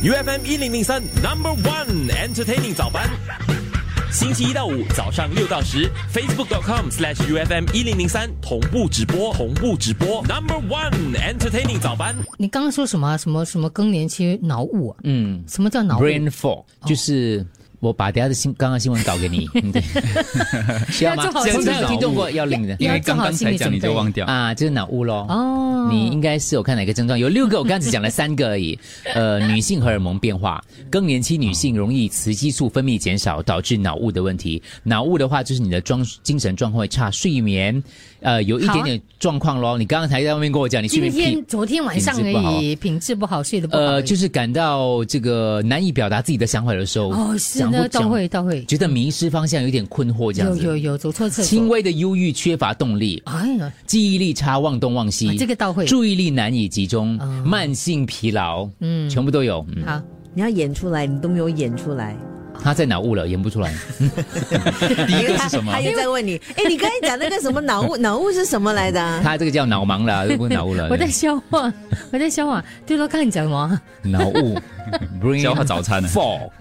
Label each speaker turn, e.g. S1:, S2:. S1: UFM 一零零三 Number One Entertaining 早班，星期一到五早上六到十，Facebook.com/slash UFM 一零零三同步直播，同步直播 Number One Entertaining 早班。
S2: 你刚刚说什么什么什么更年期脑雾啊？
S3: 嗯
S2: 什么叫脑雾？
S3: ，brain
S2: 哦
S3: fog 就是我把等下的新刚刚新闻稿给 你，嗯对需要吗
S2: 要做？好
S3: 这
S2: 心理
S3: 这有听众过要领的
S2: 要
S4: 因为刚刚才讲你就忘掉，
S3: 啊，就是脑雾咯。
S2: 哦，
S3: 你应该是有看哪个症状？有六个，我刚才只讲了三个而 已。呃，女性荷尔蒙变化，更年期女性容易雌激素分泌减少，导致脑雾的问题。脑雾的话，就是你的状精神状况会差，睡眠呃有一点点状况咯。你刚刚才在外面跟我讲，你
S2: 今
S3: 睡眠
S2: 天
S3: 疲
S2: 昨天晚上
S3: 品质不好
S2: 而已，品质不好，睡得不好而已。
S3: 呃，就是感到这个难以表达自己的想法的时候，
S2: 哦，是
S3: 讲不
S2: 呢，
S3: 讲
S2: 到会到会，
S3: 觉得迷失方向，有点困惑这样
S2: 有
S3: 子。
S2: 有有走错厕
S3: 轻
S2: 所。
S3: 微的忧郁，缺乏动力，
S2: 哎呀，
S3: 记忆力差，忘东忘西，
S2: 啊这个倒会
S3: 注意力难以集中，
S2: 哦
S3: 慢性疲劳，
S2: 嗯
S3: 嗯，全部都有。嗯，
S2: 好，
S5: 你要演出来，你都没有演出来。
S3: 他在脑雾了，演不出来。
S4: 第一个是什么
S5: 他？又在问你，哎，你刚才讲那个什么脑雾，脑雾是什么来的啊？
S3: 他这个叫脑盲了，不是脑雾了
S2: 我，在消 化，我在消化。对了，看你讲什么啊？
S3: 脑雾，
S4: 教他早餐呢啊
S3: f o r